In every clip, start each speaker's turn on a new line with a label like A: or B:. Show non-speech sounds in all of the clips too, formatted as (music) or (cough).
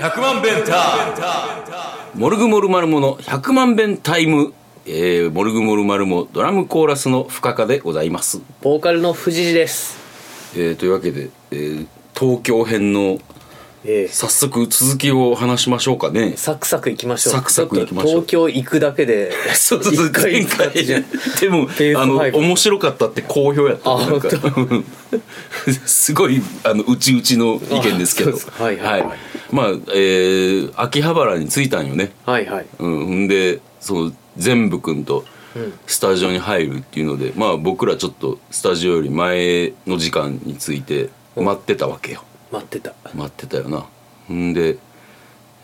A: 100万弁モルグモルマルモの100万弁タイム、えー、モルグモルマルモドラムコーラスの深川でございます、
B: ボーカルの藤次です
A: えー、というわけで、えー東京編の
B: ええ
A: 早速続きを話しましょうかね
B: サクサク行きましょう
A: サクサク行きましょう
B: ちっと東京行くだけで
A: (laughs) そうそうそう
B: 一回
A: 前
B: 行くだ
A: 回
B: けじゃん
A: でも
B: ペース
A: あの
B: 配分
A: 面白かったって好評やった
B: あ
A: なんか (laughs) すごいあのうちうちの意見ですけど
B: あそうですかはいはいはい
A: まあ、えー秋葉原に着いたんよね
B: はいはい
A: うん、ほんでその全部君と
B: ん
A: スタジオに入るっていうので、まあ僕らちょっとスタジオより前の時間について待ってたわけよ
B: 待ってた
A: 待ってたよなほんで、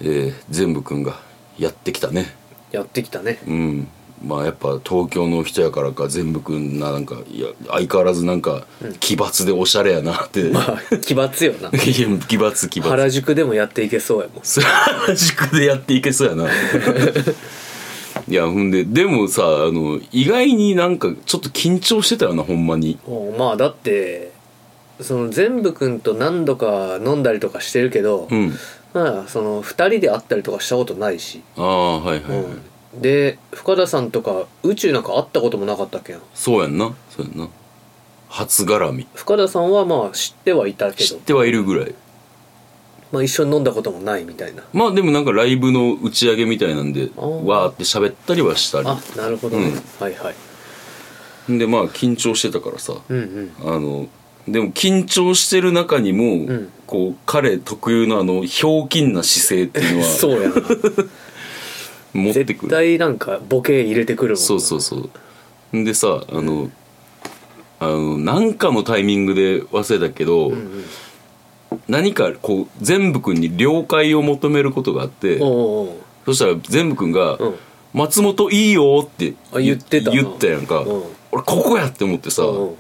A: えー、全部君がやってきたね
B: やってきたね (laughs)
A: うんまあやっぱ東京の人やからか全部君ななんかいや相変わらずなんか奇抜でおしゃれやなって、
B: まあ奇抜よな
A: や
B: い
A: (laughs) 奇抜奇抜
B: 原宿でもやっていけそうやもん
A: それ原宿でやっていけそうやないやほんででもさあの意外になんかちょっと緊張してたよなほんまに
B: もうまあだってその全部くんと何度か飲んだりとかしてるけど、
A: うん
B: まあその2人で会ったりとかしたことないし、
A: ああはいはい、はい
B: うんで深田さんとか宇宙なんか会ったこともなかったっけな
A: そうやんなそうやんな初絡み
B: 深田さんはまあ知ってはいたけ
A: 知っ
B: ど、
A: てはいるぐらい
B: まあ、一緒に飲んだこともないみたいな
A: まあでもなんかライブの打ち上げみたいなんで
B: あー
A: わーって喋ったりはした
B: あ
A: り
B: なるほど
A: う
B: ね、
A: ん
B: はいはい
A: んでまあ緊張してたからさ、
B: うんうん
A: あのでも緊張してる中にも、
B: ん
A: こう彼特有のあのひょうきんな姿勢っていうのは
B: (laughs) そうやな
A: 持ってく
B: 絶
A: る
B: 対なんかボケ入れてくるもんな
A: そうそうそうでさあの、あのなんかのタイミングで忘れたけど、
B: うんうん
A: 何かこう全部君に了解を求めることがあって
B: おうおう
A: そしたら全部君が、
B: うん
A: 松本いいよ」って
B: あ言ってたな
A: 言ったやんか、
B: うん
A: 俺ここやって思ってさ、
B: おうおう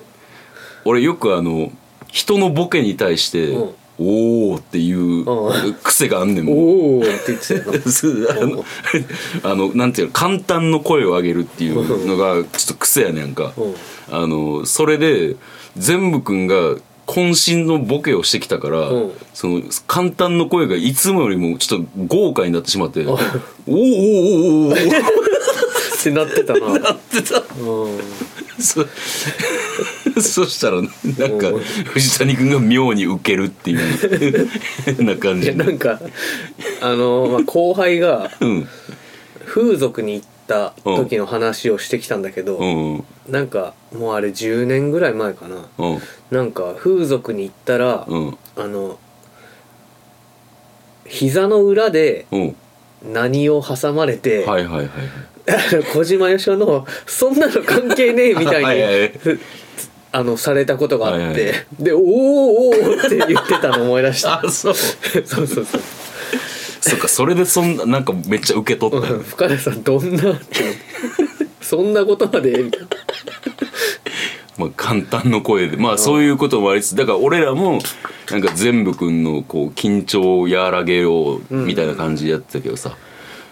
A: 俺よくあの人のボケに対して
B: うん
A: 「おお」っていう
B: う
A: 癖があんねんもん
B: おうって言ってたよ
A: (laughs) そうあのあのなんていうの簡単の声を上げるっていうのがちょっと癖やねんか
B: うん
A: あのそれで全部くんが渾身のボケをしてきたから、
B: うん
A: その簡単の声がいつもよりもちょっと豪華になってしまって「おおおおおおお」って
B: ってなってた (laughs) な (laughs)
A: なってた
B: うん
A: そそしたらねなんか
B: うん
A: 藤谷君が妙にウケるっていう
B: (laughs)
A: 変な感
B: いや
A: じ
B: なんかあの、まあ、後輩が
A: うん
B: 風俗に行った時の話をしてきたんだけど、
A: うん
B: なんかもうあれ10年ぐらい前かな
A: うん
B: なんか風俗に行ったら、
A: うん
B: あの膝の裏で
A: うん
B: 何を挟まれて、
A: はいはいはいはい
B: (laughs) 小島よしおの「そんなの関係ねえ」みたいに
A: はいはいはい
B: ふあのされたことがあって、
A: はいはいは
B: で「おーおーおーって言ってたの思い出し
A: (laughs)
B: た
A: あそう
B: (laughs) そうそうそう
A: そっかそれでそんななんかめっちゃ受け取ったよ
B: うん深田さんどんな (laughs) って思ってそんなことまでみたいな
A: まあ、簡単の声でまあそういうこともありつつだから俺らもなんか全部くんのこう緊張を和らげようみたいな感じでやってたけどさ、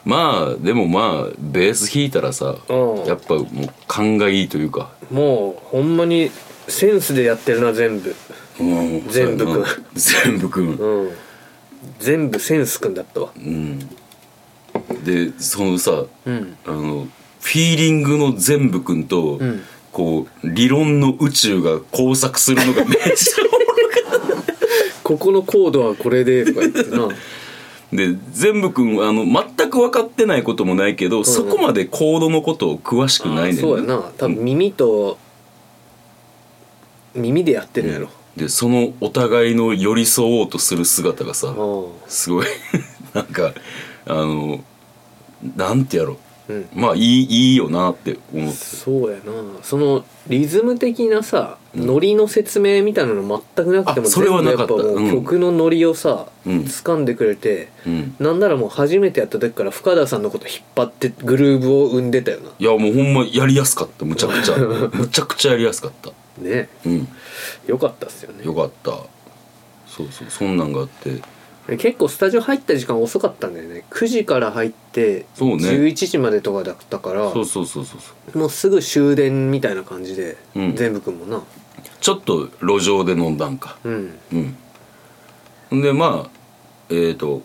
A: まあでもまあベース弾いたらさ、
B: うん
A: やっぱもう勘がいいというか、
B: もうほんまにセンスでやってるな全部
A: うん
B: 全部くん
A: 全部くん、
B: うん全部センスくんだったわ
A: うん、でそのさ
B: うん
A: あのフィーリングの全部くんと、
B: ん
A: こう理論の宇宙が交錯するのがめっちゃ
B: ここのコードはこれでとか言ってな
A: で全部君はあの全く分かってないこともないけど、そこまでコードのことを詳しくないねん
B: そうやな多分耳と、耳でやってるんやろ、
A: でそのお互いの寄り添おうとする姿がさ
B: う
A: すごい (laughs) なんかあのなんてやろ
B: んうん、
A: まあいいいいよなって思って
B: そうやなそのリズム的なさ、ノリの説明みたいなの全くなくても
A: あそれはなかった
B: 全部やっぱもう
A: うん
B: 曲のノリをさ、
A: うん
B: 掴んでくれて、
A: うん
B: なんならもう初めてやった時から深田さんのこと引っ張ってグルーブを生んでたよない
A: やもうほんまやりやすかったむちゃく
B: (laughs)
A: ちゃむちゃくちゃやりやすかった
B: ね
A: うん
B: よかったっすよね
A: よかったそうそうそんなんがあって
B: 結構スタジオ入った時間遅かったんだよね9時から入って
A: そうね
B: 11時までとかだったから
A: そうそうそうそうそう
B: もうすぐ終電みたいな感じで、
A: うん
B: 全部くんもな
A: ちょっと路上で飲んだんか
B: うん
A: うんほんでまあえっ、と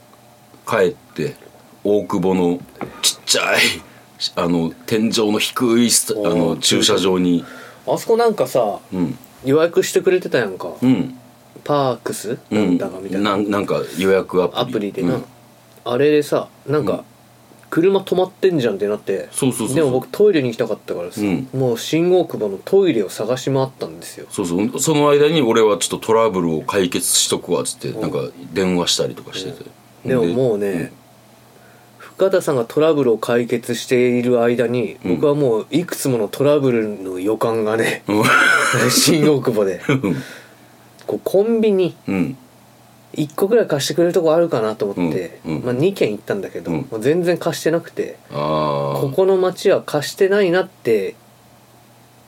A: 帰って大久保のちっちゃいあの天井の低いスタあ
B: お
A: の
B: ー
A: 駐車場に
B: あそこなんかさ
A: うん
B: 予約してくれてたやんか、
A: うん
B: パークス
A: う
B: なん
A: ん
B: だかみたいな、
A: なんなんか予約アプリ
B: アプリでな、
A: うん
B: あれでさなんか、
A: うん
B: 車止まってんじゃんってなって
A: そうそうそうそう
B: でも僕トイレに行きたかったからさ、
A: うん
B: もう新大久保のトイレを探し回ったんですよ
A: そうそうその間に俺はちょっとトラブルを解決しとくわっつってなんか電話したりとかしてて
B: でももうね、深田さんがトラブルを解決している間に、
A: うん
B: 僕はもういくつものトラブルの予感がね
A: うん
B: 新大久保で
A: うん
B: こうコンビニ
A: (laughs) うん
B: 1個ぐらい貸してくれるとこあるかなと思って、
A: うんうん
B: まあ、2軒行ったんだけど、
A: うん
B: もう全然貸してなくて、
A: ああ
B: ここの町は貸してないなって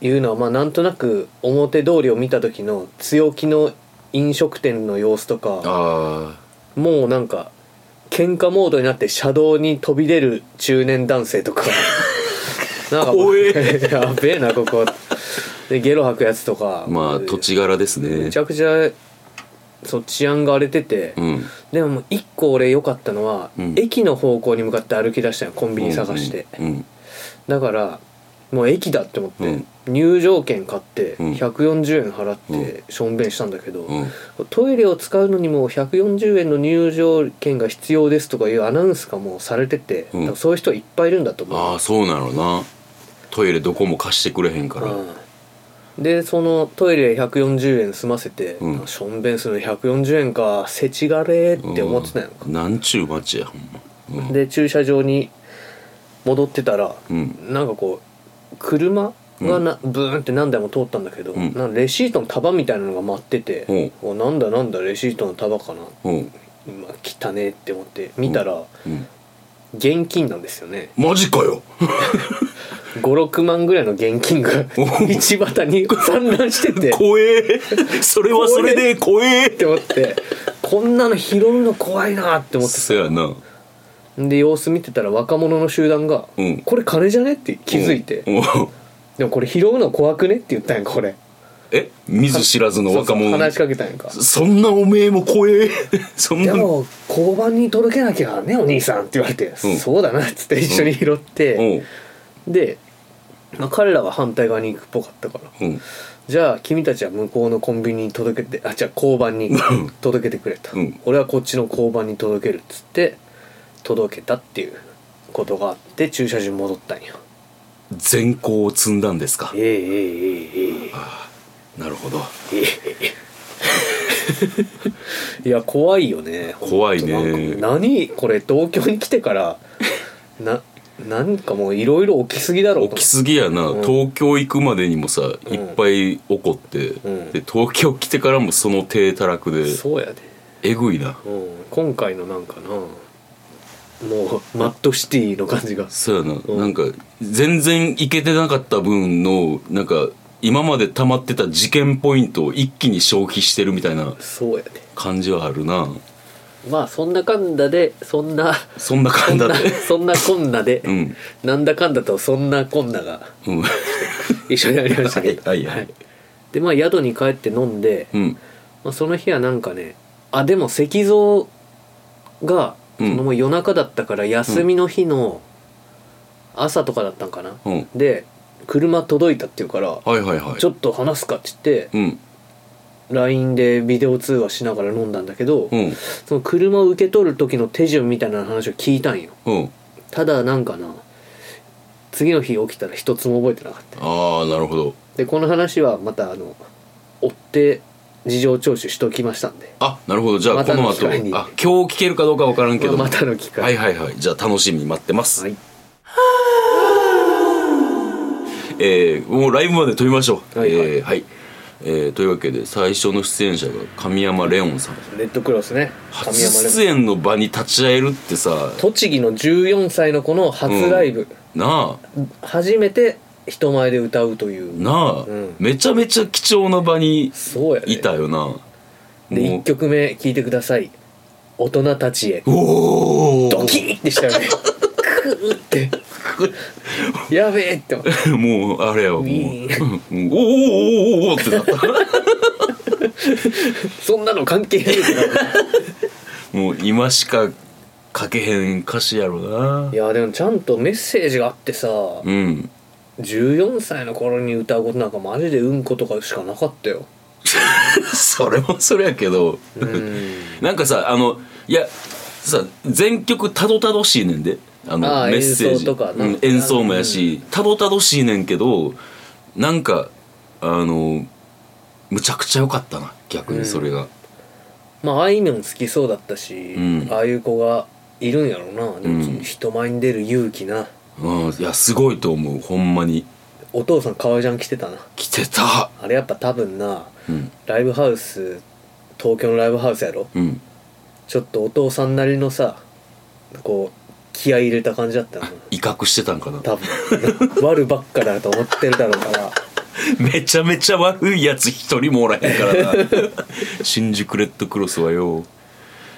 B: いうのはまあなんとなく表通りを見た時の強気の飲食店の様子とか
A: あ
B: もうなんか喧嘩モードになって車道に飛び出る中年男性
A: (laughs)
B: とかなんかもう
A: 怖え
B: (laughs) やべえなここでゲロ吐くやつとか
A: あまあ土地柄ですね
B: めちゃくちゃそう治安が荒れてて、
A: うん
B: でももう一個俺良かったのは、
A: うん
B: 駅の方向に向かって歩き出したよコンビニ探して。
A: うん
B: だからもう駅だって思って、
A: うん
B: 入場券買って
A: うん
B: 140円払っ
A: う
B: てしょんべんしたんだけど、
A: うんうん
B: トイレを使うのにも140円の入場券が必要ですとかいうアナウンスがもうされてて、
A: うん
B: 多分そういう人いっぱいいるんだと
A: あ
B: 思う
A: あそうなのなトイレどこも貸してくれへんから
B: うんでそのトイレ140円済ませて、
A: うん
B: しょんべんするの140円かせちがれーって思ってたやんか、
A: うんなんちゅう街やほんまうん
B: で駐車場に戻ってたら、
A: うん
B: なんかこう車がな、ブーンって何台も通ったんだけど、
A: うん
B: なんかレシートの束みたいなのが舞ってて、
A: う
B: おなんだなんだレシートの束かな
A: うん
B: 今汚ねえって思って見たら
A: うん
B: 現金なんですよね
A: マジかよ
B: 56万ぐらいの現金が (laughs) 道端に散乱してて
A: (laughs)
B: っ
A: 怖えそれはそれで怖え
B: て思ってこんなの拾うの怖いなって思って
A: そやな
B: で様子見てたら若者の集団が「
A: うん
B: これ金じゃね?」って気づいて、
A: うんうん
B: でもこれ拾うの怖くねって言ったんやんこれ
A: え見ず知らずの若者
B: そうそう話しかけたんやんか
A: そんなおめえも怖え (laughs) そん
B: で
A: な
B: も交番に届けなきゃねお兄さんって言われて、
A: うん
B: そうだなっつって一緒に拾って、
A: おう
B: で、まあ、彼らは反対側に行くっぽかったから
A: うん
B: じゃあ君たちは向こうのコンビニに届けてあじゃあ交番に届けてくれと、
A: うん
B: 俺はこっちの交番に届けるっつって届けたっていうことがあって駐車場に戻ったんよ
A: 善行を積んだんですか
B: ええええええええ
A: なるほど
B: いや怖いよね
A: 怖いね
B: ほんとなんか何これ東京に来てから (laughs) ななんかもういろいろ起きすぎだろう
A: 起きすぎやな、
B: うん
A: 東京行くまでにもさいっぱい起こって、
B: うん
A: で東京来てからもその手たらくで
B: そうやで、
A: えぐいな
B: うん、今回のなんかなもうマッドシティの感じが
A: そうやな、
B: ん
A: なんか全然行けてなかった分のなんか今まで溜まってた事件ポイントを一気に消費してるみたいな
B: そうやで
A: 感じはあるな
B: まあそんなかんだでそんな
A: そんな
B: そ
A: 感
B: ん
A: じだ
B: な
A: って
B: そんなこんなで、
A: うん
B: なんだかんだとそんなこんなが
A: うん
B: 一緒になりましたけど
A: (laughs) はいはいはい
B: でまあ宿に帰って飲んで、
A: うん
B: まあ、その日はなんかねあでも石像が、
A: うん
B: そのもう夜中だったから休みの日の朝とかだったんかな、
A: うん
B: で車届いたっていうから、
A: はいはいはい
B: ちょっと話すかって言って、
A: うん
B: LINE でビデオ通話しながら飲んだんだけど、
A: うん
B: その車を受け取る時の手順みたいな話を聞いたんよ
A: うん
B: ただなんかな次の日起きたら一つも覚えてなかった
A: ああなるほど
B: でこの話はまたあの追って事情聴取しておきましたんで
A: あなるほどじゃあ
B: ま
A: こ
B: た
A: の
B: の機
A: 後、
B: 会に
A: あ今日聞けるかどうか分からんけど、
B: まあまたの機会
A: はいはいはいじゃあ楽しみに待ってます、
B: はい
A: えーもうライブまで飛びましょう
B: はいはい
A: えーはいえーというわけで最初の出演者が神山レオンさん
B: レッドクロスね
A: 初
B: 神山レ
A: 出演の場に立ち会えるってさ
B: 栃木の14歳の子の初ライブ、
A: なあ
B: 初めて人前で歌うという
A: なあ、
B: うん
A: めちゃめちゃ貴重な場に
B: そうやね
A: いたよな
B: で
A: もう
B: 1曲目聴いてください「大人たちへ」
A: おお
B: (laughs) ドキッてしたよねクーってやべえって思っ
A: (laughs)
B: て
A: もうあれやわもう
B: ウィ
A: うんおおおおおおおってなった (laughs)
B: そんなの関係ないから
A: もう今しか書けへん歌詞やろない
B: やでもちゃんとメッセージがあってさ
A: うん
B: 14歳の頃に歌うことなんかマジでうんことかしかなかったよ
A: (laughs) それもそれやけど
B: うん
A: なんかさあのいやさ全曲たどたどしいねんであの
B: あー
A: メッセー
B: 演
A: ジ
B: 奏とかな
A: うん演奏もやしたどたどしいねんけどなんかあのむちゃくちゃ良かったな逆にそれが、
B: まああいみょん好きそうだったし、
A: うん
B: ああいう子がいるんやろうなでもその
A: うん
B: 人前に出る勇気な
A: うんいやすごいと思うほんまに
B: お父さん革ジャン着てたな
A: 来てた
B: あれやっぱ多分な
A: うん
B: ライブハウス東京のライブハウスやろ
A: うん
B: ちょっとお父さんなりのさこう気合い入れた感じだったよな
A: 威嚇してたんかな (laughs)
B: 多分悪ばっかだと思ってるだろうから
A: (laughs) めちゃめちゃ悪いやつ一人もおらへんから
B: (laughs)
A: な新宿レッドクロスはよ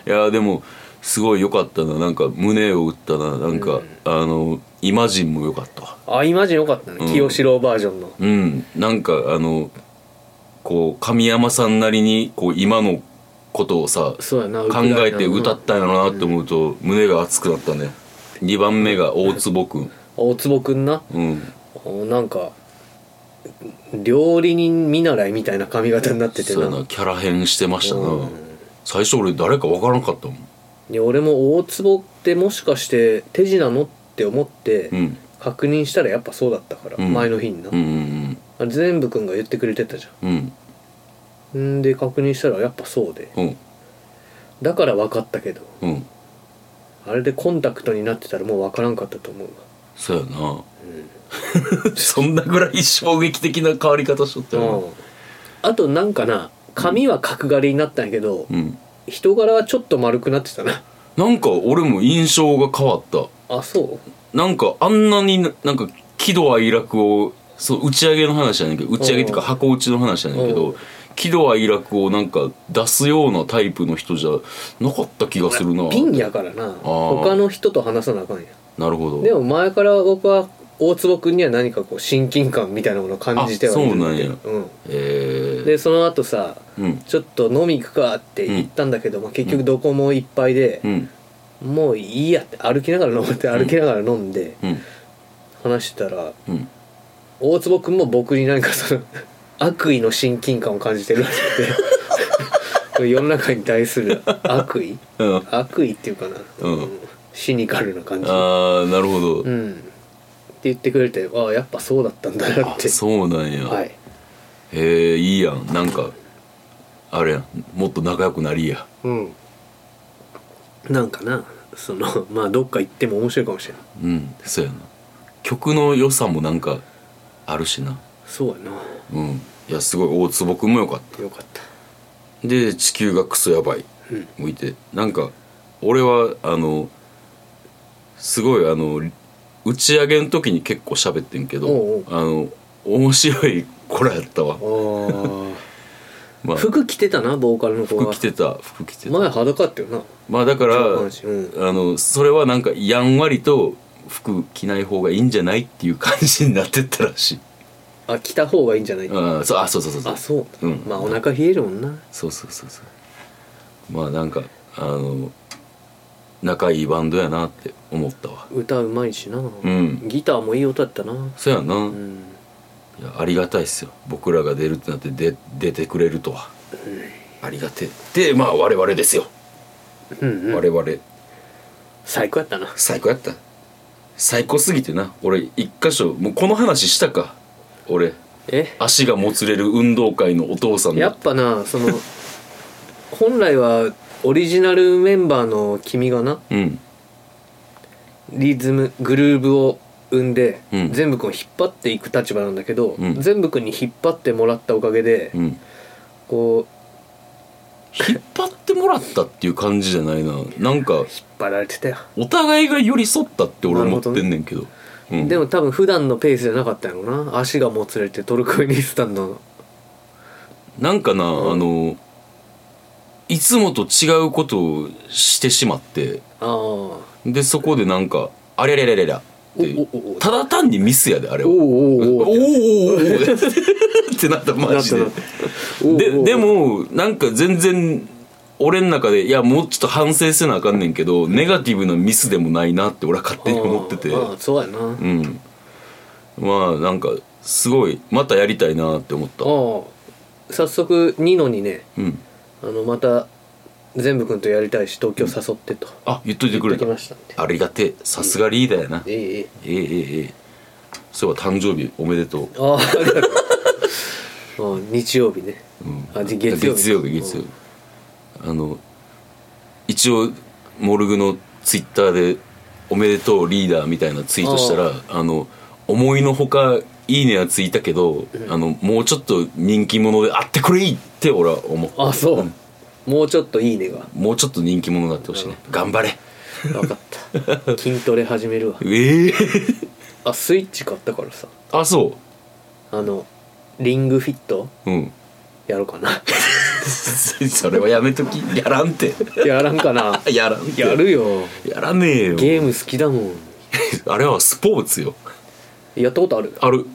A: いやでもすごい良かったななんか胸を打ったななんか、あのイマジンも良かったわ
B: あイマジンよかったね、
A: ん
B: 清志郎バージョンの
A: うんなんかあのこう神山さんなりにこう今のことをさ
B: そうやな
A: 考えて歌
B: っ
A: ったんやろなって思うと胸が熱くなったね2番目が大坪君
B: 大坪くんな
A: うん
B: おなんか料理人見習いみたいな髪型になってて
A: そう
B: な
A: やなキャラ変してました
B: う
A: なん最初俺誰か分からんかったもん
B: で俺も大坪ってもしかして手品のって思って
A: うん
B: 確認したらやっぱそうだったから、
A: うん
B: 前の日にな、
A: うんうん
B: あれ全部くんが言ってくれてたじゃん
A: うんうん
B: んで確認したらやっぱそうで
A: うん
B: だから分かったけど
A: うん
B: あれでコンタクトになってたらもう分からんかったと思うわ
A: そうやな、そんな (laughs) ぐらい衝撃的な変わり方しとったよ
B: うん、あとなんかな髪は角刈りになったんやけど、
A: なうん
B: 人柄はちょっと丸くなってたな
A: なんか俺も印象が変わった
B: あそ
A: なんかあんなにななんか喜怒哀楽をそう打ち上げの話やねんけど打ち上げっていうか
B: うん
A: 箱打ちの話やねんけ
B: う
A: ど喜怒哀楽をなんか出すようなタイプの人じゃなかった気がするな
B: うピンやからな他の人と話さなあかんや
A: なるほど
B: でも前から僕は大坪君には何かこう親近感みたいなものを感じてはいるだけど
A: あえ
B: うん
A: ー、
B: でその後さ
A: うん
B: ちょっと飲み行くかって言ったんだけど、まあ、結局どこもいっぱいで
A: う、ん
B: もういいやって歩きながら飲むって歩きながら飲んで
A: うん
B: 話してたら
A: うん
B: 大坪君も僕に何
A: (laughs)
B: かその悪意の親近感を感じてるらし
A: (laughs)
B: くて世の中に対する悪意
A: うん
B: 悪意っていうかな、
A: うん
B: シニカルな感じ、
A: ああなるほど、
B: うん、って言ってくれてああやっぱそうだったんだな
A: あ
B: って
A: そうなんや、
B: はい
A: へえいいやんなんかあれやんもっと仲良くなりや
B: うんなんかなそのまあどっか行っても面白いかもしれない
A: うんそうやな曲の良さもなんかあるしな
B: そうや
A: うんいやすごい大坪君もよかっ
B: なよかった
A: たで「地球がクソやばい
B: うん」
A: 向いてなんか俺はあのすごいあの打ち上げの時に結構喋ってんけど
B: おうおう
A: あの面白い子らやったわ、
B: (laughs) あ
A: ま
B: あ
A: あ、
B: 服着てたなボーカルの子
A: 服
B: が
A: 着てた服着てた
B: 前裸ってよな
A: まあだから、
B: 上半身う
A: あのそれはなんかやんわりと服着ない方がいいんじゃないっていう感じになってったらしい。
B: あ着た方がいいんじゃない
A: あそうあそうそうそうそう
B: あそう、
A: うん
B: まあお腹冷えるもんな
A: そうそうそうそう。まあなんかあの仲いいバンドやなって思ったわ。
B: 歌うまいしな、
A: ん
B: ギターもいい音だったな
A: そやな、
B: う
A: い
B: ん
A: やありがたいっすよ。僕らが出るってなってで出てくれるとは。ありがてえ。でまあ我々ですよ。
B: うんうん
A: 我々
B: 最高やったな
A: 最高やった。最高すぎてな俺一箇所もうこの話したか俺。
B: え
A: 足がもつれる運動会のお父さんの
B: やっぱなその (laughs) 本来はオリジナルメンバーの君がな
A: うん
B: リズムグルーブを生んで、
A: うん
B: 全部くんを引っ張っていく立場なんだけど、
A: うん
B: 全部くんに引っ張ってもらったおかげで、
A: うん
B: こう
A: 引っ張ってもらったっていう感じじゃないななんか
B: 引っ張られてたよ、
A: お互いが寄り添ったって俺思ってんねんけどうん、
B: でも多分普段のペースじゃなかったやろな足がもつれてトルクメニスタンの
A: なんかな、
B: ん
A: あのいつもと違うことをしてしまって
B: ああ
A: でそこでなんか「ありゃりゃりゃりゃって
B: おおおお
A: ただ単にミスやであれは
B: おうおうおう
A: おおおおってなったマジで
B: なったなおうおうお
A: で
B: う
A: でもなんか全然俺の中でいやもうちょっと反省せなあかんねんけどネガティブなミスでもないなって俺は勝手に思ってて
B: ああそうやな、あ
A: うんまあなんかすごいまたやりたいなって思った
B: あ早速ニノにね
A: うん
B: あのまた全部君とやりたいし東京誘ってと、
A: あ言っといてくれた
B: 言っときましたんで
A: ありがてえさすがリーダーやなえ
B: えええ
A: え
B: え
A: えええそういえば誕生日おめでとう
B: ああ (laughs) うん日曜日ね、あじ月曜日
A: 月曜日月曜日あの一応モルグのツイッターで「おめでとうリーダー」みたいなツイートしたらあの思いのほかいいねはついたけど、あのもうちょっと人気者であってくれいって俺は思う
B: あそう、
A: ん
B: もうちょっといいねが
A: もうちょっと人気者になってほしいね頑張れ
B: 分かっ
A: (laughs)
B: た筋トレ始めるわ
A: ええ
B: あスイッチ買ったからさ
A: (laughs) あそ
B: あのリングフィット
A: ううん (laughs)
B: やろうかな (laughs)
A: それはやめときやらんて
B: やらん
A: (laughs)
B: かな
A: やらんて
B: やるよ
A: やらねえよ
B: ゲーム好きだもん
A: あれはスポーツよ
B: やったことある
A: ある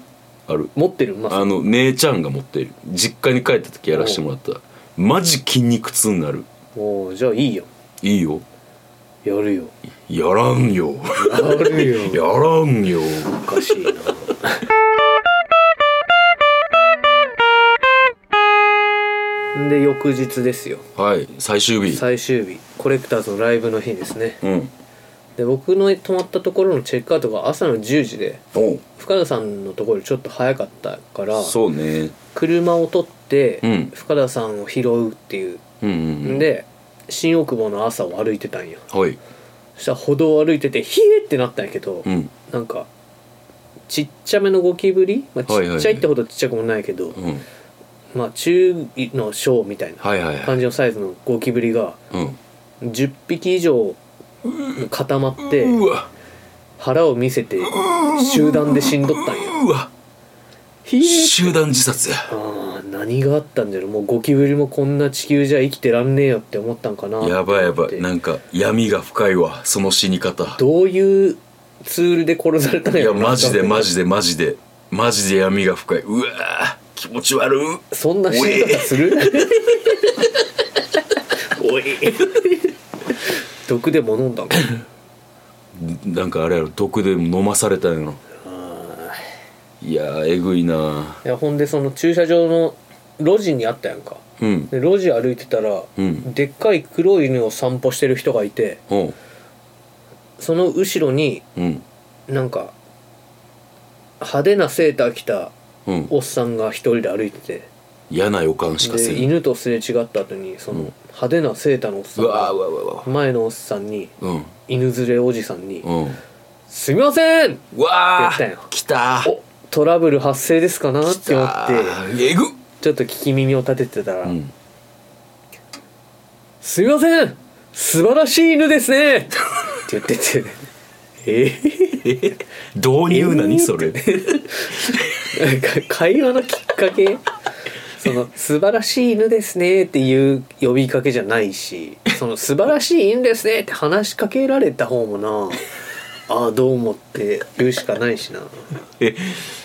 A: ある
B: 持ってるま
A: あ
B: あ
A: の姉ちゃんが持ってる実家に帰った時やらしてもらったマジ筋肉痛になる
B: おうじゃあいいよ
A: いいよ
B: やるよ
A: やらん (laughs) よ
B: やるよ
A: やらんよ
B: (laughs) おかしいな (laughs) で翌日ですよ
A: はい最終日
B: 最終日コレクターズのライブの日ですね
A: うん
B: で僕の泊まったところのチェックアウトが朝の10時で
A: おう
B: 深田さんのところよりちょっと早かったから
A: そうね
B: 車を取って、
A: うん
B: 深田さんを拾うっていう、
A: うんうん
B: ん、で新大久保の朝を歩いてたんよ
A: うんはい
B: そしたら歩道を歩いててヒエってなったんやけど、
A: うん
B: なんかちっちゃめのゴキブリ、まあ、ち
A: はいはいはい
B: っちゃいってほどちっちゃくもないけど、
A: うん
B: まあ中の小みたいな
A: はいはいはい
B: 感じのサイズのゴキブリが
A: うん
B: 10匹以上固まって
A: うわ
B: 腹を見せて集団で死んどったんや
A: うわ
B: ひえ
A: 集団自殺や
B: あー何があったんじゃろもうゴキブリもこんな地球じゃ生きてらんねえよって思ったんかな
A: やばいやば
B: って
A: いなんか闇が深いわその死に方
B: どういうツールで殺されたん
A: い
B: や
A: や
B: ろ
A: マジでマ
B: で
A: ジでマジでマジで闇が深いうわー気持ち悪っ
B: そんな死に方するおい毒でも飲ん
A: (laughs)
B: だの
A: なんかあれやろ毒でも飲まされたんやろいやーえぐいない
B: やほんでその駐車場の路地にあったやんか
A: うん
B: で路地歩いてたら、
A: うん
B: でっかい黒い犬を散歩してる人がいて
A: おう
B: その後ろに
A: うん
B: なんか派手なセーター着た
A: うん
B: おっさんが一人で歩いて
A: 嫌な予感してかせ
B: で
A: ん
B: 犬とすれ違った後にその派手なセーターのおっさ
A: うんわー
B: が
A: うわうわうわ
B: 前のおっさんに
A: うん
B: 犬連れおじさんに
A: うん
B: 「すみません!
A: うわ
B: やったんや
A: ー来た」ー
B: おトラブル発生ですかなって思っ
A: 来
B: て
A: たーえぐっ
B: ちょっと聞き耳を立ててたら「
A: うん
B: すみません素晴らしい犬で
A: (laughs)
B: すね!」って言っててえ
A: 導入何それ
B: なんか会話のきっかけその「素晴らしい犬ですね」っていう呼びかけじゃないし「その素晴らしい犬ですね」って話しかけられた方もなああどうもって言うしかないしな
A: え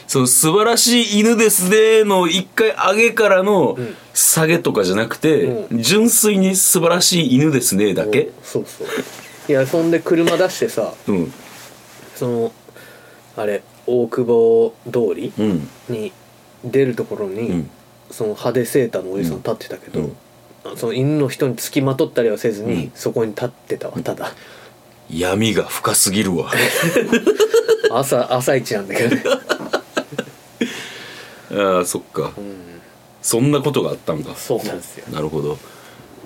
A: その素晴らしい犬ですねの一回上げからの下げとかじゃなくて、
B: う
A: 純粋に素晴らしい犬ですねだけ
B: そうそういやそんで車出してさ
A: うん
B: そのあれ大久保通り
A: うん
B: に出るところに、
A: うん
B: その派手セーターのおじさん立ってたけど、
A: うん
B: その犬の人につきまとったりはせずに、
A: うん
B: そこに立ってたわただ。
A: 闇が深すぎる
B: (laughs)
A: わ
B: 朝 (laughs) 朝一なんだけど
A: (laughs)
B: ね
A: あーそっか、そんなことがあったんか
B: そうなんですよ
A: なるほど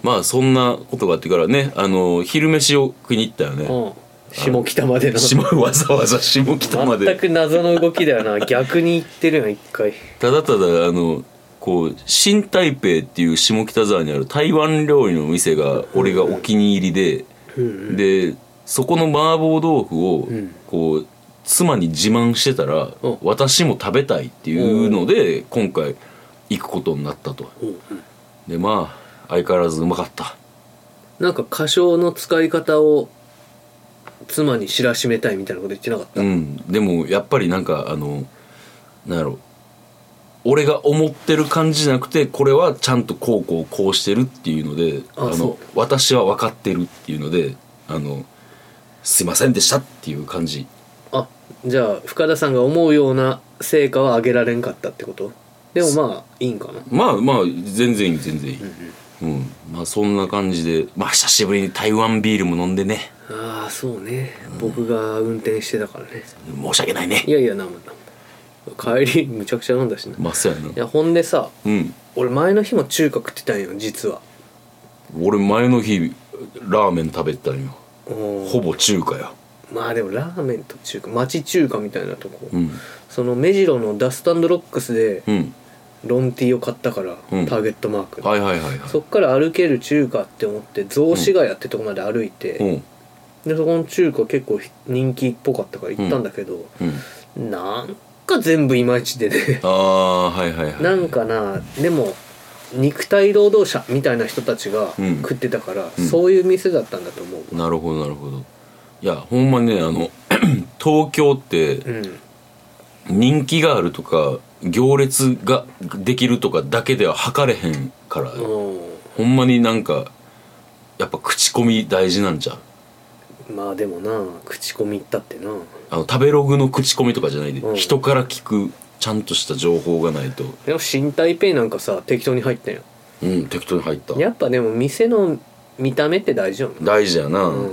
A: まあそんなことがあってからねあの昼飯を食いに行ったよね、
B: うん下北までの
A: 下わざわざ下北ま
B: 全
A: で
B: く謎の動きだよな (laughs) 逆に言ってるやん一回
A: ただただあのこう新台北っていう下北沢にある台湾料理のお店が俺がお気に入りで、でそこの麻婆豆腐を
B: ん
A: こう妻に自慢してたら、
B: うん
A: 私も食べたいっていうので今回行くことになったと、でまあ相変わらずうまかった
B: なんか歌唱の使い方を妻に知らしめたいみたいなこと言ってなかった、
A: うんでもやっぱりなんかあのなんやろ俺が思ってる感じじゃなくてこれはちゃんとこうこうこうしてるっていうので
B: あ
A: の
B: そ
A: 私は分かってるっていうのであのすいませんでしたっていう感じ
B: あじゃあ深田さんが思うような成果は上げられんかったってことでもまあいいんかな
A: まあまあ全然いい全然いい、うんまあそんな感じでまあ久しぶりに台湾ビールも飲んでね
B: ああそうね、僕が運転してたからね
A: 申し訳ないね
B: いやいやなんもなんも帰りむちゃくちゃ飲んだしない
A: まあそうやな
B: やほんでさ
A: うん
B: 俺前の日も中華食ってたんよ実は
A: 俺前の日ラーメン食べてたんよほ
B: ほ
A: ぼ中華や
B: まあでもラーメンと中華町中華みたいなとこ、
A: うん
B: その目白のダストロックスで
A: うん
B: ロンティーを買ったから、
A: うん
B: ターゲットマークの、
A: はいはいはいはい
B: そっから歩ける中華って思って雑司ヶ谷ってとこまで歩いて、
A: うん
B: でそこの中華結構人気っぽかったから行ったんだけど、
A: うん
B: なんか全部いまいち
A: (laughs)
B: でね
A: ああはいはいはい
B: なんかなでも肉体労働者みたいな人たちが
A: うん
B: 食ってたから、
A: うん
B: そういう店だったんだと思う、
A: なるほどなるほどいやほんまねあの (clears throat) 東京って
B: うん、
A: 人気があるとか行列ができるとかだけでは測れへんから、
B: う、
A: ほんまになんかやっぱ口コミ大事なんじゃうん
B: まあでもな口コミ行ったってな
A: あの食べログの口コミとかじゃないで、
B: うん
A: 人から聞くちゃんとした情報がないと
B: でも新台北なんかさ適当に入ったよ
A: うん適当に入った
B: やっぱでも店の見た目って大事よな
A: 大事やな、
B: うん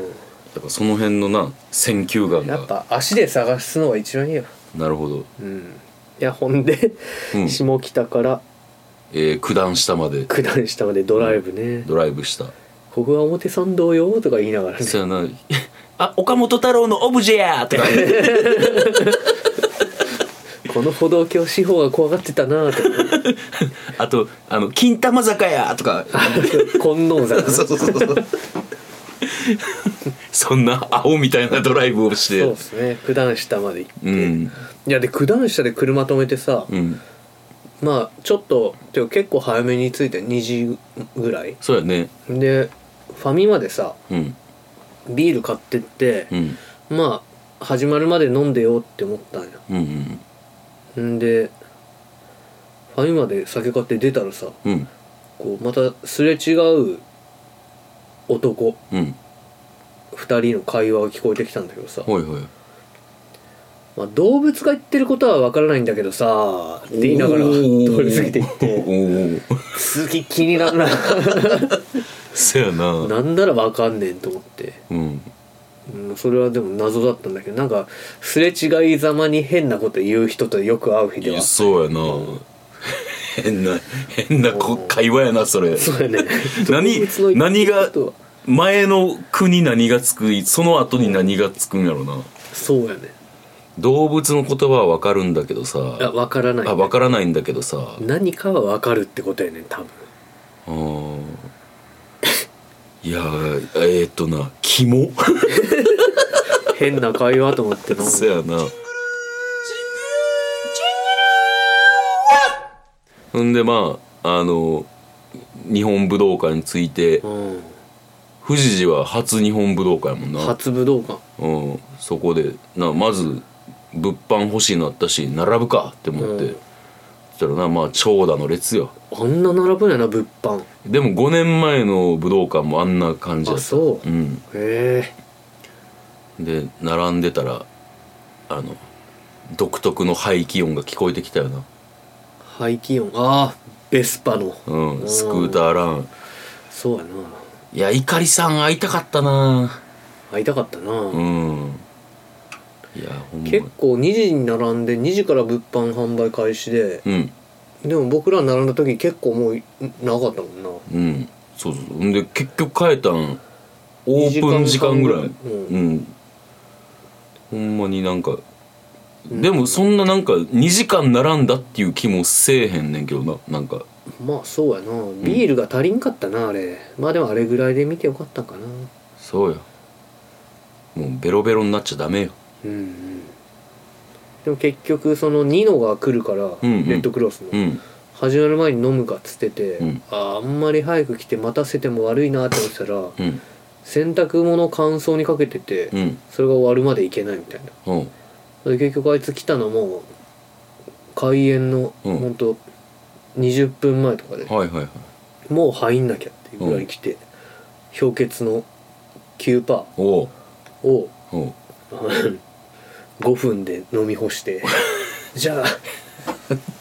A: やっぱその辺のな選球眼
B: やっ
A: が
B: ぱ足で探すのが一番いいよ
A: なるほど、
B: うんいやほんで、
A: うん
B: 下北から
A: えー、九段下まで
B: 九段下までドライブね、
A: ドライブした
B: ここは表参道よとか言いながらね
A: そやな「あ岡本太郎のオブジェや!」とか
B: この歩道橋四方が怖がってたなと (laughs) か
A: (laughs) あと「あの金玉坂や!」とか
B: 金王山
A: そうそうそうそう (laughs) そんな青みたいなドライブをして
B: そうですね九段下まで行って、
A: うん
B: いやで九段下で車止めてさ、
A: うん
B: まあちょっとてか結構早めに着いて2時ぐらい
A: そうやね
B: でファミマでさ
A: うん
B: ビール買ってって
A: う、ん
B: まあ始まるまで飲んでよって思ったんや
A: うんうん
B: んでファミマで酒買って出たらさ
A: うん
B: こうまたすれ違う男
A: うん
B: 2人の会話が聞こえてきたんだけどさ
A: ほいほい
B: まあ、動物が言ってることはわからないんだけどさって言いながら
A: おー
B: 通り過ぎていっ
A: お
B: て
A: ー
B: 続き気にな
A: (laughs)
B: るな
A: そやな
B: なんならわかんねんと思って、
A: うん
B: うん、それはでも謎だったんだけどなんかすれ違いざまに変なこと言う人とよく会う日で
A: い
B: は
A: やそうやな変な変なこ会話やなそれ
B: そうやね
A: (laughs) 何
B: 動物の言って
A: 何
B: る
A: が
B: ことは
A: 前の句に何がつくその後に何がつくんやろな
B: そうやね
A: 動物の言葉は分かるんだけどさ
B: あわからない、
A: あ分からないんだけどさ
B: 何かはわかるってことやねん多分
A: あ
B: (laughs)
A: ーいやーえーっとな「キ
B: (laughs)
A: モ」
B: 変な会話と思ってな
A: そやなほんでまああの日本武道館について
B: うん
A: 富士寺は初日本武道館やもんな
B: 初武道館
A: うん、そこでなまず物販欲しいのあったし並ぶかって思って、
B: うん
A: そしたらなまあ長蛇の列よ
B: あんな並ぶんやな物販
A: でも5年前の武道館もあんな感じだ
B: あ
A: った
B: そう、
A: ん
B: へ
A: で並んでたらあの独特の排気音が聞こえてきたよな、
B: え排気音ああベスパの
A: うん
B: う、ん
A: スクーターラン
B: そうやない
A: やいかりさん会いたかったな
B: 会いたかったな、
A: うんいやほんま
B: 結構2時に並んで2時から物販販売開始で、
A: うん
B: でも僕ら並んだ時結構もうなかったもんな
A: うんそうそうほんで結局帰ったんオープン時間ぐらい
B: 二時間半ぐ
A: う
B: ら
A: ん、ほんまになんか、でもそんななんか2時間並んだっていう気もせえへんねんけどななんか
B: まあそうやなビールが足りんかったなあれまあでもあれぐらいで見てよかったかな
A: そうやもうベロベロになっちゃダメよ
B: うんうんでも結局そのニノが来るから、
A: んうん
B: レッドクロスの、
A: うん
B: 始まる前に飲むかっつってて、
A: うん
B: あーあんまり早く来て待たせても悪いなって思ってたら、
A: うん
B: 洗濯物乾燥にかけてて、
A: うん
B: それが終わるまでいけないみたいな
A: うん
B: で結局あいつ来たのも開演の
A: うん
B: ほんと20分前とかで、
A: はいはいはい
B: もう入んなきゃっていうぐらい来て、氷結の9%
A: おう
B: を (laughs)
A: おう
B: 5分で飲み干して
A: (laughs)
B: じゃあ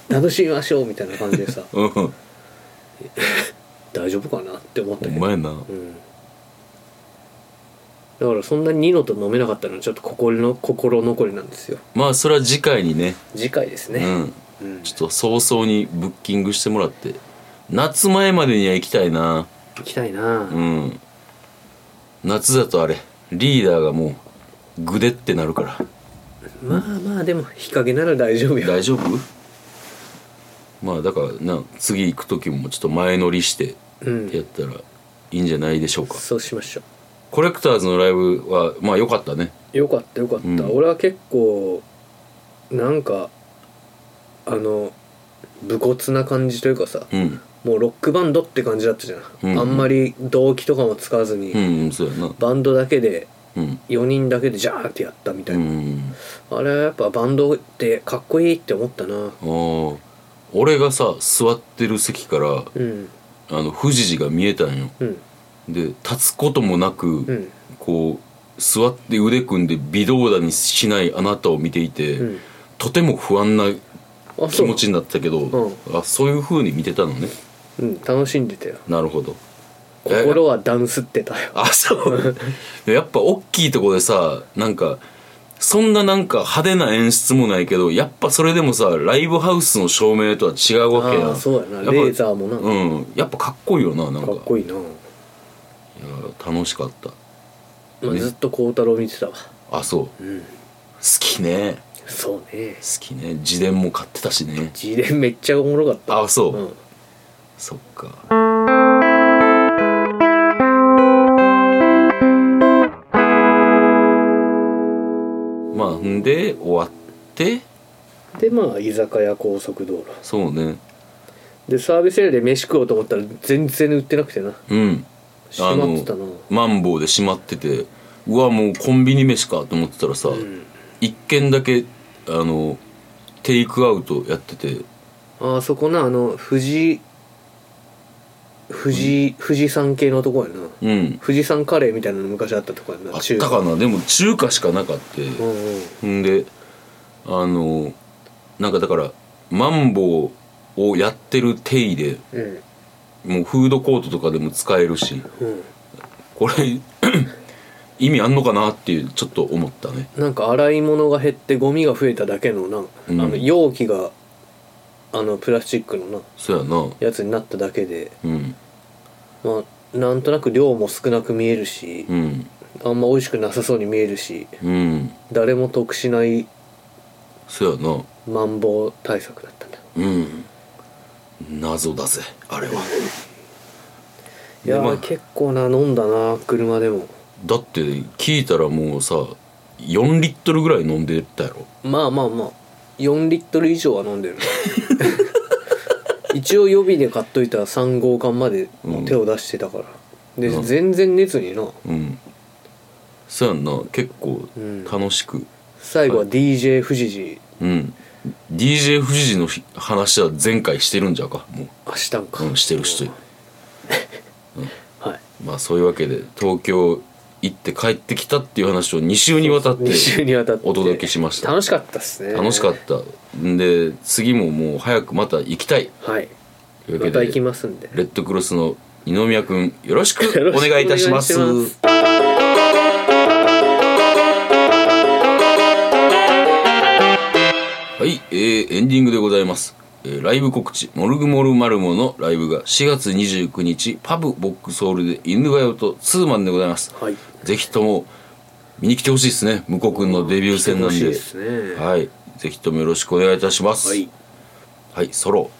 B: 楽しみましょうみたいな感じでさ
A: うんうん
B: 大丈夫かなって思った
A: お
B: けど、
A: 前な
B: うん、だからそんなにニノと飲めなかったのはちょっと心の心残りなんですよ
A: まあそれは次回にね
B: 次回です
A: う
B: ね、
A: ん
B: うん
A: ちょっと早々にブッキングしてもらって夏前までには行きたいな
B: 行きたいな、
A: うん夏だとあれリーダーがもうグデってなるから
B: まあまあでも日陰なら大丈夫よ
A: 大丈夫まあだからな次行く時もちょっと前乗りして
B: うん
A: やったらいいんじゃないでしょうか、
B: そうしましょ
A: コレクターズのライブはまあ良かったね
B: うよかったよかった、
A: うん
B: 俺は結構なんかあの武骨な感じというかさ、
A: うん
B: もうロックバンドって感じだったじゃん、
A: うん
B: あんまり動機とかも使わずに、
A: うんうんそうやな
B: バンドだけで
A: うん
B: 4人だけでジャーってやったみた
A: う
B: いな、
A: ん
B: あれはやっぱバンドってかっこいいって思ったな
A: あー俺がさ座ってる席から
B: うん
A: あの富士寺が見えたんよ
B: うん
A: で立つこともなく、
B: うん
A: こう座って腕組んで微動だにしないあなたを見ていて、
B: うん
A: とても不安な
B: あ
A: 気
B: そう
A: 持ちになったけど
B: う
A: あそういう風に見てたのね
B: うん楽しんでたよ
A: なるほ
B: (laughs)
A: どえ
B: 心はダンスってたよ
A: あそう (laughs) やっぱ大きいとこでさなんかそんななんか派手な演出もないけどやっぱそれでもさライブハウスの照明とは違うわけや
B: ああそうやな
A: っぱ
B: レーザーもな、
A: うんやっぱかっこいいよななんか
B: かっこいいな、
A: いや楽しかった
B: まあ、
A: ね
B: ずっと孝太郎見てたわ
A: あそう好
B: うん
A: きね
B: そうね
A: 好きね自伝も買ってたしね
B: 自伝めっちゃおもろかった
A: あそう、
B: うん
A: そっかまあんで終わって
B: でまあ居酒屋高速道路
A: そうね
B: でサービスエリアで飯食おうと思ったら全然売ってなくてな
A: うん
B: 閉まってたな
A: マンボウで閉まっててうわもうコンビニ飯かと思ってたらさ、
B: ん
A: 一軒だけあのテイクアウトやってて
B: ああそこなあの藤井藤井富士山系のとこやな
A: うん
B: 富士山カレーみたいなの昔あったとこや
A: あ
B: な
A: ったかなでも中華しかなかった、
B: うんうん
A: んであのなんかだからマンボウをやってる手入れ
B: うん
A: もうフードコートとかでも使えるし
B: うん
A: これ (coughs) 意味あんのかなっていうちょっと思ったね
B: なんか洗い物が減ってゴミが増えただけのな、
A: うん
B: あの容器があのプラスチックのな
A: そうやな
B: やつになっただけで
A: うん
B: まあなんとなく量も少なく見えるし
A: う、ん
B: あんま美味しくなさそうに見えるし
A: うん
B: 誰も得しない
A: そうやな
B: マンボウ対策だったんだ
A: うん謎だぜあれはい
B: やー、
A: でまあ
B: 結構な飲んだな車でも
A: だって聞いたらもうさ4リットルぐらい飲んでたやろ
B: まあまあまあ4リットル以上は飲んでる一応予備で買っといた3号缶までもう手を出してたから、で、
A: うん
B: 全然熱にな
A: うんそうやんな結構
B: うん
A: 楽しく、
B: 最後は DJ 富士寺
A: うん。DJ 富士のひ話は前回してるんじゃうかも
B: 明日もか、
A: う、うん、してる人
B: はい
A: まあそういうわけで東京行って帰ってきたっていう話を2週にわたって
B: 2週にわたって
A: お届けしました
B: 楽しかったっすね
A: 楽しかったんで次ももう早くまた行きたい
B: たはい
A: というわ
B: ま
A: け
B: た
A: で
B: 行きますんで
A: レッドクロスの二宮くんよろしく
B: よろ
A: お
B: しく
A: 願いいたします
B: お願いし
A: はい、えーエンディングでございます、えーライブ告知「モルグモルマルモ」のライブが4月29日パブボックソールで犬がよとツーマンでございます、
B: はい
A: ぜひとも見に来てほしいですね向こうくんのデビュー戦なん
B: 来て
A: で
B: ほしいですね
A: はいぜひともよろしくお願いいたします
B: はい、
A: はい、ソロ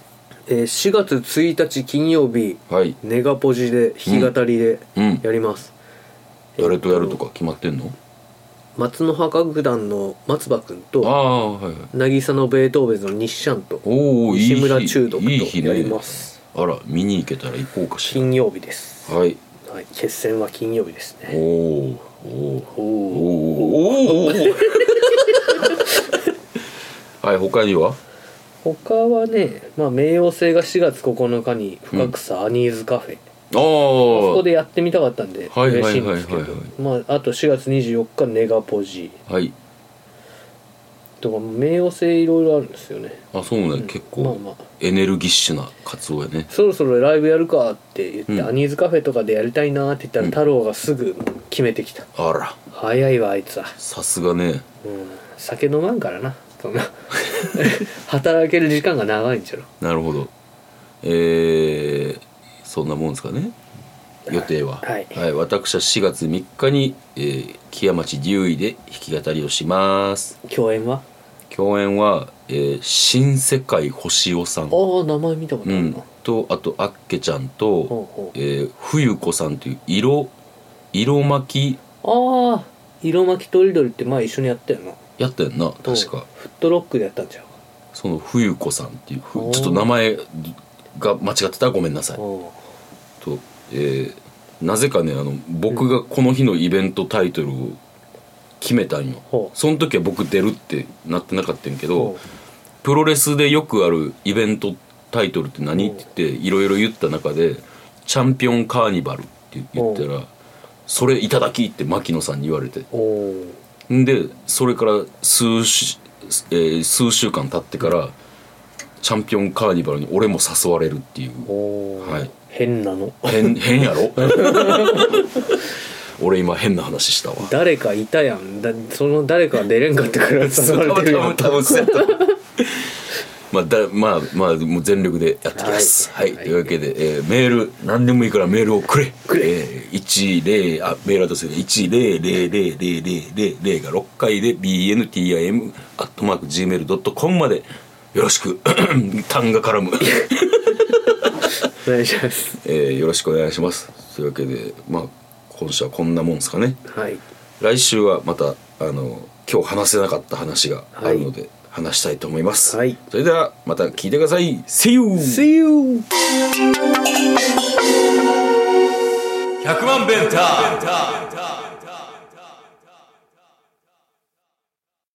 B: えー4月1日金曜日
A: はい
B: ネガポジで弾き語りで
A: うん
B: やります、
A: 誰とやるとか決まってんの
B: 松の葉楽団の松葉君
A: あ
B: と
A: あはいはい
B: 渚のベートーベンズの西シャンと
A: おおいい日
B: 西村中毒
A: いい日
B: と
A: ね
B: やります
A: あら見に行けたら行こうかし
B: 金曜日です
A: らはい
B: はい、決戦は金曜日です
A: お
B: ね
A: おおお
B: お
A: お
B: お
A: おお (laughs) はい他には
B: 他はね、まあ、冥王星が4月9日に深草アニーズカフェ、
A: ああ
B: そ
A: こ
B: こでやってみたかったんで
A: はいはい
B: 嬉
A: はいはい
B: しいん
A: はい
B: ですけどまああと4月24日ネガポジ
A: はい
B: とか冥王星いろいろあるんですよね
A: あそうね結
B: まあ
A: 構
B: まあ
A: エネルギッシュな活動やね
B: そろそろライブやるかって言って、
A: うん
B: アニーズカフェとかでやりたいなって言ったら太郎がすぐ決めてきた、
A: あら
B: 早いわあいつは、
A: さすがね
B: うん、酒飲まんからなそんな (laughs) 働ける時間が長いんじゃろ
A: なるほどえー、そんなもんですかね予定は
B: はい
A: 私は4月3日に、えー、木屋町竜医で弾き語りをします
B: 共演は
A: 共演は、えー新世界星尾さん、
B: ああ名前見たこと
A: う
B: ある
A: ん
B: な、、
A: とあとあっけちゃん
B: ほ
A: と、
B: うほう
A: えー冬子さんという色色巻き
B: ああ色巻きとりどりって前一緒にやったよな
A: やったよな確か
B: フットロックでやったんちゃう
A: その冬子さんっていうふ
B: おー
A: ちょっと名前が間違ってたらごめんなさい
B: お
A: と、えーなぜかねあの僕がこの日のイベントタイトルを決めたんよ、
B: ほう
A: その時は僕出るってなってなかったんやけど、
B: お
A: プロレスでよくあるイベントタイトルって何って言っていろいろ言った中で「チャンピオンカーニバル」って言ったら「それいただき」って牧野さんに言われて
B: おお
A: んでそれから数し、えー数週間経ってから「チャンピオンカーニバル」に俺も誘われるっていう
B: お
A: はい
B: 変なの
A: 変変やろ (laughs) 俺今変な話
B: (laughs)
A: したわ
B: 誰かいたやんだその誰かが出れんかった (laughs) から誘われてるやん
A: 多分そうやったまあだまあまあもう全力でやってきますは
B: はい
A: い、というわけで、えーメール何でもいいからメールをくれ
B: くれ
A: えー、10あメールアドレスで10000000が6回で bntim アットマーク gmail.com までよろしく (clears throat) 単が
B: (laughs)
A: 絡む
B: お願いします
A: えーよろしくお願いしますというわけでまあ今週はこんなもんですかね
B: はい
A: 来週はまたあの今日話せなかった話があるので、話したいと思います、
B: はい
A: それではまた聞いてください See you!
B: See you!
A: 100万ベンター